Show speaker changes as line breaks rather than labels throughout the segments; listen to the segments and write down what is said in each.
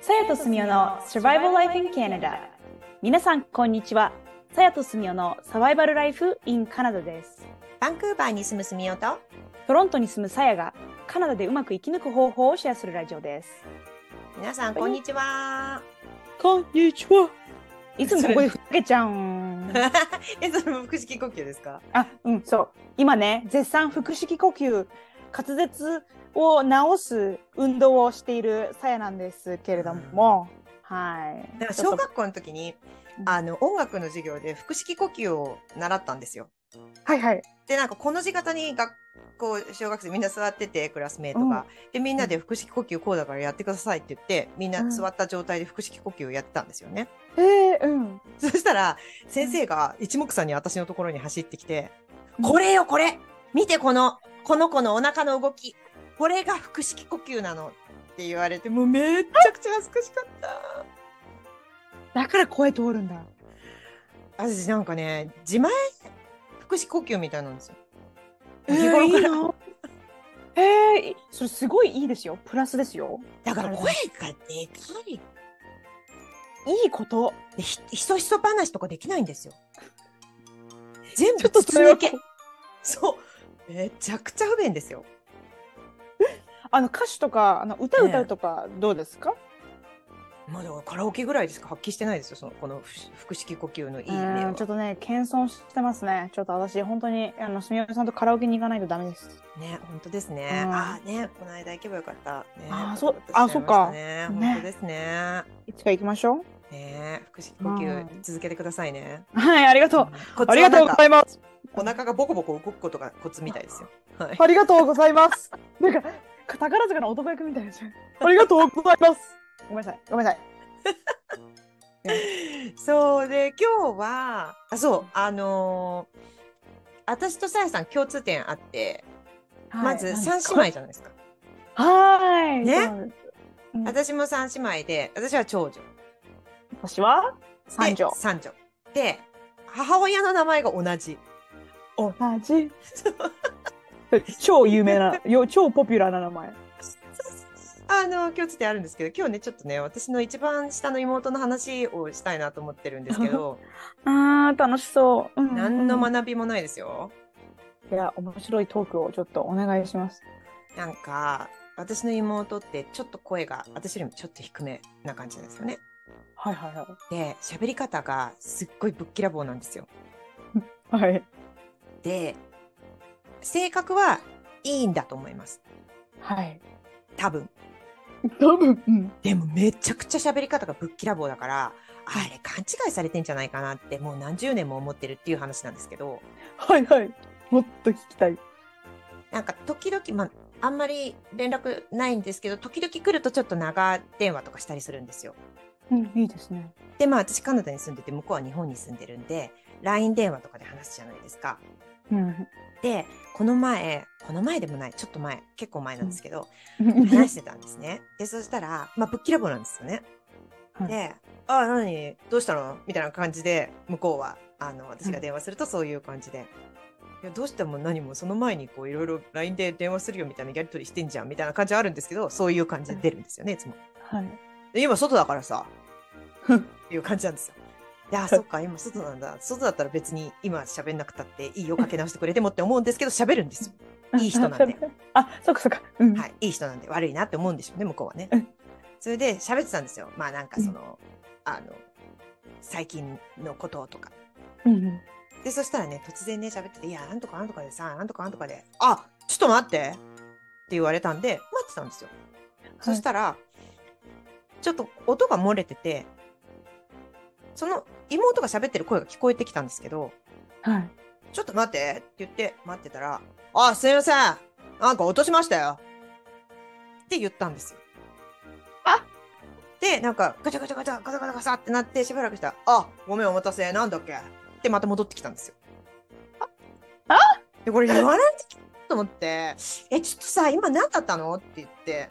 さやとすみおの Survival Life in Canada 皆さんこんにちはさやとすみおのサバイバルライフ in カナダです
バンクーバーに住むすみおと
トロントに住むさやがカナダでうまく生き抜く方法をシェアするラジオです
皆さんこんにちは。
こんにちはいつもここでふっけちゃ うん
えそれも腹式呼吸です か？
あうんそう今ね絶賛腹式呼吸滑舌を直す運動をしているさやなんですけれども、はい
だから小学校の時にあの音楽の授業で腹式呼吸を習ったんですよ。
はいはい
でなんかこの字型に学校小学生みんな座っててクラスメートが、でみんなで腹式呼吸こうだからやってくださいって言ってみんな座った状態で腹式呼吸をやってたんですよね。
えー、うん
そしたら先生が一目散に私のところに走ってきて「これよこれ見てこのこの子のお腹の動きこれが腹式呼吸なの」って言われてもうめっちゃくちゃ恥ずかしかった。
だから声通るんだ
私なんかね自前腹式呼吸みたいなんですよ。
え
日頃
ー、い
か
い
ら
のえー、それすごいいいですよプラスですよ
だから声がでかい
いいこと
でひひそひそ話とかできないんですよ。全
ちょ
部
っと
筒抜
そ
け
れは。
そう。めちゃくちゃ不便ですよ。
あの歌手とかあの歌歌うとかどうですか、
まあ、だからカラオケぐらいですか発揮してないですよ。そのこのふし腹式呼吸のいい面
う
は
んちょっとね謙遜してますねちょっと私本当にあのすみおさんとカラオケに行かないとダメです
ね、本当ですね。
うん
ああね、この間行けばよかった。ね、
あーそう
ちょっと
あーそっか
しちゃいました
ね
ね、本当ですね。
いつか行きましょ
ね、腹式呼
う
吸続けてくださいね。
うはいありがとう、
コツ
あ
は
り
な
が
んか
とうございます
お腹がボコボコ動くことがコツみたいですよ。はい。
ありがとうございます なんか宝塚の男役みたいですありがとうございますごめんなさいごめんなさい
そうで今日はあそうあのー私とさやさん共通点あって、まず三姉妹じゃないですか。
妹はい
ね
そうなんですうん
私も三姉妹で私は長女で
私は 三女
三女で母親の名前が同じ。
同じ超有名なよ 超ポピュラーな名前
あの共通点あるんですけど今日ねちょっとね私の一番下の妹の話をしたいなと思ってるんですけど
あー楽しそう、うん
何の学びもないですよ。
いや面白いトークをちょっとお願いします
なんか私の妹ってちょっと声が私よりもちょっと低めな感じなんですよね。
はいはい
で喋り方がすっごいぶっきらぼうなんですよ。
はいはい
で性格はいいんだと思います
はい
多分。
多分、うん、
でもめちゃくちゃ喋り方がぶっきらぼうだからあれ勘違いされてんじゃないかなってもう何十年も思ってるっていう話なんですけど
はいはいもっと聞きたい
なんか時々まああんまり連絡ないんですけど時々来るとちょっと長電話とかしたりするんですよ。
うんいいですね
でまあ私カナダに住んでて向こうは日本に住んでるんで LINE 電話とかで話すじゃないですか。
うん
でこの前この前でもないちょっと前結構前なんですけど、
は
話してたんですね。でそしたらまあぶっきらぼうなんですよね。
はい
で「あ何どうしたの?」みたいな感じで向こうはあの私が電話するとそういう感じで。いやどうしても何もその前にこういろいろ LINE で電話するよみたいなやり取りしてんじゃんみたいな感じはあるんですけどそういう感じで出るんですよねいつも。
い
で今外だから さ
ふん
っていう感じなんですよ。いやそっか今外なんだ外だったら別に今喋んなくたっていいよかけ直してくれてもって思うんですけど喋るんですよ。いい人なんで
あそっかそっかうん
はい、いい人なんで悪いなって思うんでしょうね向こうはね
うん。
それで喋ってたんですよまあなんかその、あの最近のこととか。
うんうん
でそしたらね突然ね喋ってて「いやなんとかなんとかでさなんとかなんとかであちょっと待って!」って言われたんで待ってたんですよ。そしたら、ちょっと音が漏れててその妹が喋ってる声が聞こえてきたんですけど
はい
「ちょっと待って」って言って待ってたら「あすいませんなんか落としましたよ」って言ったんですよ。
あ
でなんかガチャガチャガチャガチャガチャガチャってなってしばらくしたら「あごめんお待たせなんだっけ?」ってまた戻ってきたんですよ。
あ
でこれ言わないと思って「えちょっとさ今何だったの?」って言って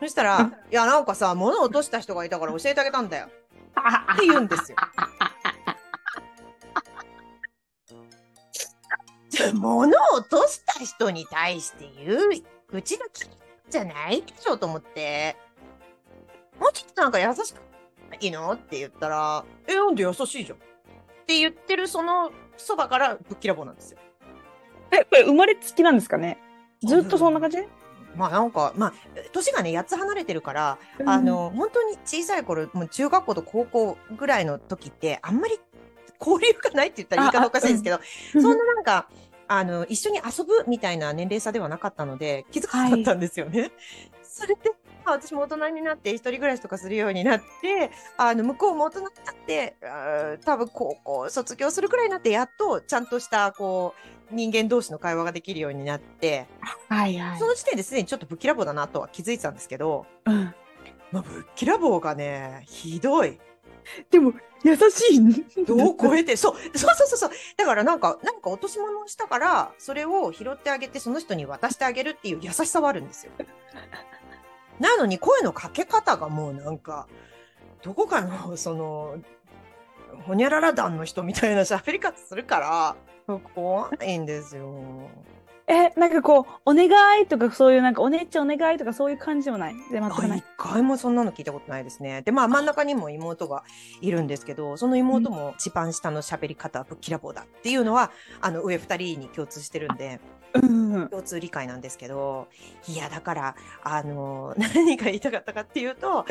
そしたら「いやなんかさ物落とした人がいたから教えてあげたんだよ」って言うんですよ。物を落とした人に対して言う口がきじゃないでしょと思ってもうちょっとなんか優しくいいのって言ったら「えなんで優しいじゃん」って言ってるそのそばからぶっきらぼうなんですよ。
え、これ生まれつきなんですかねずっとそんな感じ
まあなんかまあ年がね8つ離れてるから、あ、の本当に小さい頃もう中学校と高校ぐらいの時ってあんまり交流がないって言ったら言い方おかしいんですけど
う
そんななんか、あの、一緒に遊ぶみたいな年齢差ではなかったので、気づかなかったんですよね。それで、あ私も大人になって、一人暮らしとかするようになって、あの、向こうも大人になって、あー多分高校卒業するくらいになって、やっとちゃんとした、こう、人間同士の会話ができるようになって、
はいはい
その時点ですでにちょっとぶっきらぼうだなとは気づいてたんですけど、
うん
まあ、ぶっきらぼうがね、ひどい。
でも優しい
どう超えて、そう、そうそうそうそう。だからなんか、なんか落とし物をしたから、それを拾ってあげて、その人に渡してあげるっていう優しさはあるんですよ。なのに声のかけ方がもうなんか、どこかの、その、ほにゃらら団の人みたいな喋り方するから、怖いんですよ。
えなんかこうお願いとかそういうなんかお姉ちゃんお願いとかそういう感じでもないで全く
あ
ない
一回もそんなの聞いたことないですね。で、まあ真ん中にも妹がいるんですけど、その妹も一番下の喋り方はぶっきらぼうだっていうのは、あの上二人に共通してるんで、
うんうん
共通理解なんですけど、いや、だから、あの、 何が言いたかったかっていうと、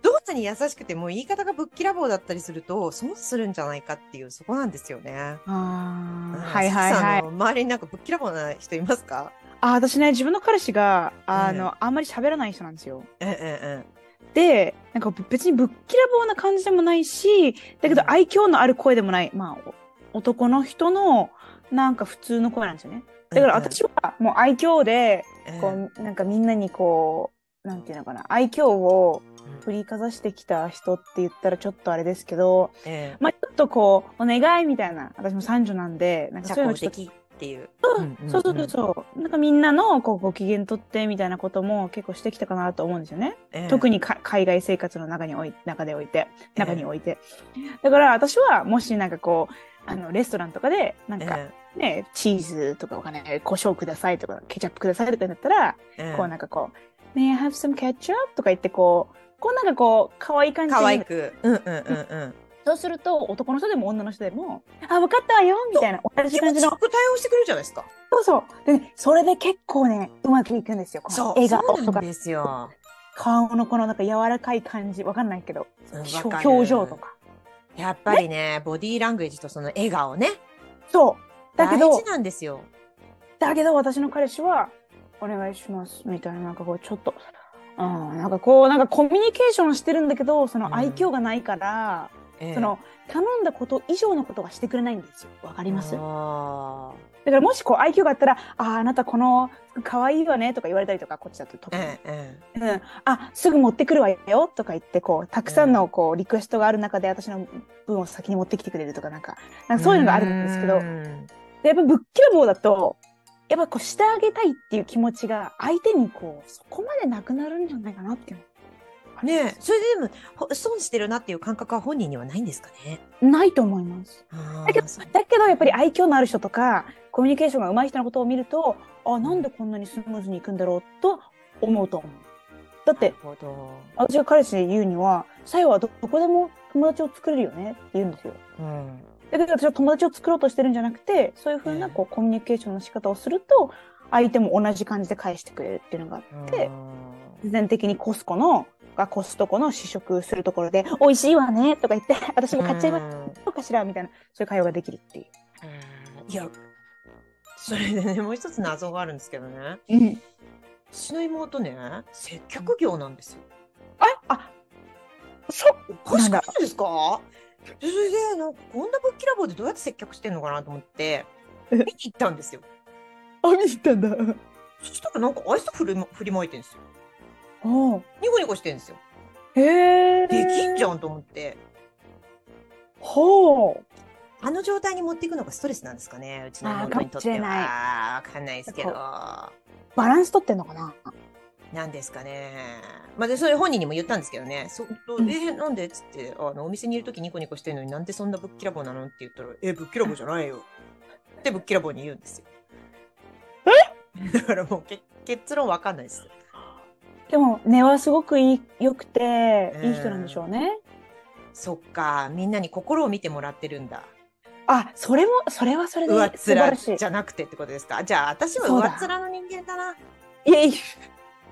どうに優しくても言い方がぶっきらぼうだったりすると、損するんじゃないかっていう、そこなんですよね。
あ
う
ー
ん
はいはいは
さ
い
んの周りになんかぶっきらぼうな人いますか
あ私ね自分の彼氏があの、
う
あんまり喋らない人なんですよ
うんうんうん。
でなんか別にぶっきらぼうな感じでもないしだけど
うん
愛嬌のある声でもないまあお男の人のなんか普通の声なんですよねだから私はもう愛嬌で
うんうん、
こうなんかみんなにこうなんていうのかな愛嬌を振りかざしてきた人って言ったらちょっとあれですけど、
え
まあ、ちょっとこうお願いみたいな私も三女なんでなん
え、
かそういう
社
のちょっ
交
と
的っていう。
そうそうそうそうなんかみんなのこうご機嫌取ってみたいなことも結構してきたかなと思うんですよね、
うん。
特
に、
にか海外生活の中におい中でおいて中において、だから私はもしなんかこうあのレストランとかでなん
え
かね、チーズとかお金、胡椒くださいとかケチャップくださいとかだったら
えええ
こうなんかこう「May I have some ketchup?」とか言ってこうこうなんかこう可愛い感じ
可愛
で
く。うんうんうんうん。
そうすると男の人でも女の人でも「あ分かったわよ」みたいな同じ
気
感
持
じ
ちよ
の
く対応してくれるじゃないですか。
そうそうで、ね、それで結構ねうまくいくんですよこの
そう。
笑
そ
顔
う
と
な
か
んですよ。
顔のこのなんか柔らかい感じわかんないけど
うんわか
表
る
表情とか
やっぱりね、ボディーランゲージとその笑顔ね。
そうだけ
大
ど
事なんですよ。
だけど私の彼氏は「お願いします」みたいななんかこうちょっと。うん、なんかこうなんかコミュニケーションしてるんだけどその愛嬌がないから、
ええ
そ、の頼んだこと以上のことはしてくれないんですよ。わか
あ
ります。だ
あ
からもしこう愛嬌があったら、あーあなたこの服可愛いわねとか言われたりとか、こっちだと特に、
えええ
うん、あすぐ持ってくるわよとか言ってこうたくさんのこうリクエストがある中で私の分を先に持ってきてくれるとかなんかな
え
んかそういうのがあるんですけど、
う
で
ん
やっぱぶっきらぼうだと。やっぱこうしてあげたいっていう気持ちが相手にこうそこまでなくなるんじゃないかなっていうの
ねえ、それででもほ損してるなっていう感覚は本人にはないんですかね。
ないと思います。
あ
だけ
ー
ど
そう
だけどやっぱり愛嬌のある人とかコミュニケーションが上手い人のことを見るとあなんでこんなにスムーズにいくんだろうと思うと思う。だっ
な
て
るほど。
私が彼氏に言うには「さよはどどこでも友達を作れるよね」って言うんですよ。
うん。
だけど私は友達を作ろうとしてるんじゃなくてそういうふうなこうコミュニケーションの仕方をすると相手も同じ感じで返してくれるっていうのがで
うん
自然的にコスコのがコストコの試食するところで「美味しいわね」とか言って「私も買っちゃいまし
うん
たかしら」みたいなそういう会話ができるっていう。
うんいや、それでね、もう一つ謎があるんですけどね。
うん
うちの妹ね、接客業なんですよ。
あそ
おかしくないですかそれでなんかこんなぶっきらぼうでどうやって接客してんのかなと思って
え
見に行ったんですよ
あ見に行ったんだ。
そしたらなんかアイス振りま振りまいてんですよ
おう
ニコニコしてんですよ
へえ。
できんじ
ん。
ゃんと思って
ほう。
あの状態に持っていくのがストレスなんですかねうちの
あー
妹にと
かも
って
しれない
はわかんないですけど
バランス取ってんのかな。
なんですかねまあでそれ本人にも言ったんですけどねそど
うん
えなんでっつってあのお店にいる時ニコニコしてるのになんでそんなぶっきらぼうなのって言ったらえぶっきらぼうじゃないよってぶっきらぼうに言うんですよ。えだからもうけ結論わかんないです。
でも根はすごくいい良くて
うん
いい人なんでしょうね。
そっか、みんなに心を見てもらってるんだ。
あそれもそれはそれで
上っ
素晴らしい
面じ。ゃなくてってことですか。じゃあ私は
そう
上
だ
っ面の人間だな。
いやいや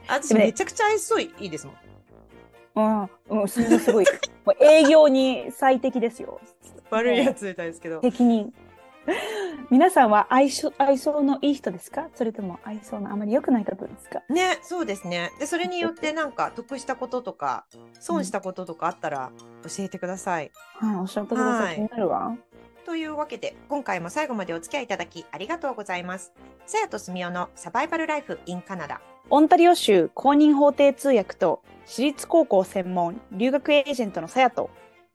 私
でもね
めちゃくちゃ愛想いいですもん。
うん、うん、それはすごい。 もう営業に最適ですよ。
悪いやつみたいですけど。
適任。 皆さんは相性相性のいい人ですかそれとも相性のあまり良くない方ですか
ね、そうですね。で、それによってなんか得したこととか、損したこととかあったら教えてください。
はい、おっしゃってくださ
はい
い。気になるわ。
というわけで、今回も最後までお付き合いいただきありがとうございます。さやとすみおのサバイバルライフインカナダ。
オンタリオ州公認法廷通訳と私立高校専門留学エージェントのさやと。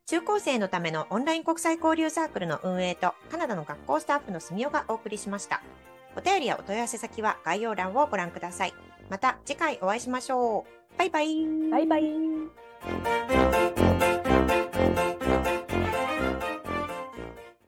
中高生のためのオンライン国際交流サークルの運営とカナダの学校スタッフのすみおがお送りしました。お便りやお問い合わせ先は概要欄をご覧ください。また次回お会いしましょう。バイバイ。
バイバイ。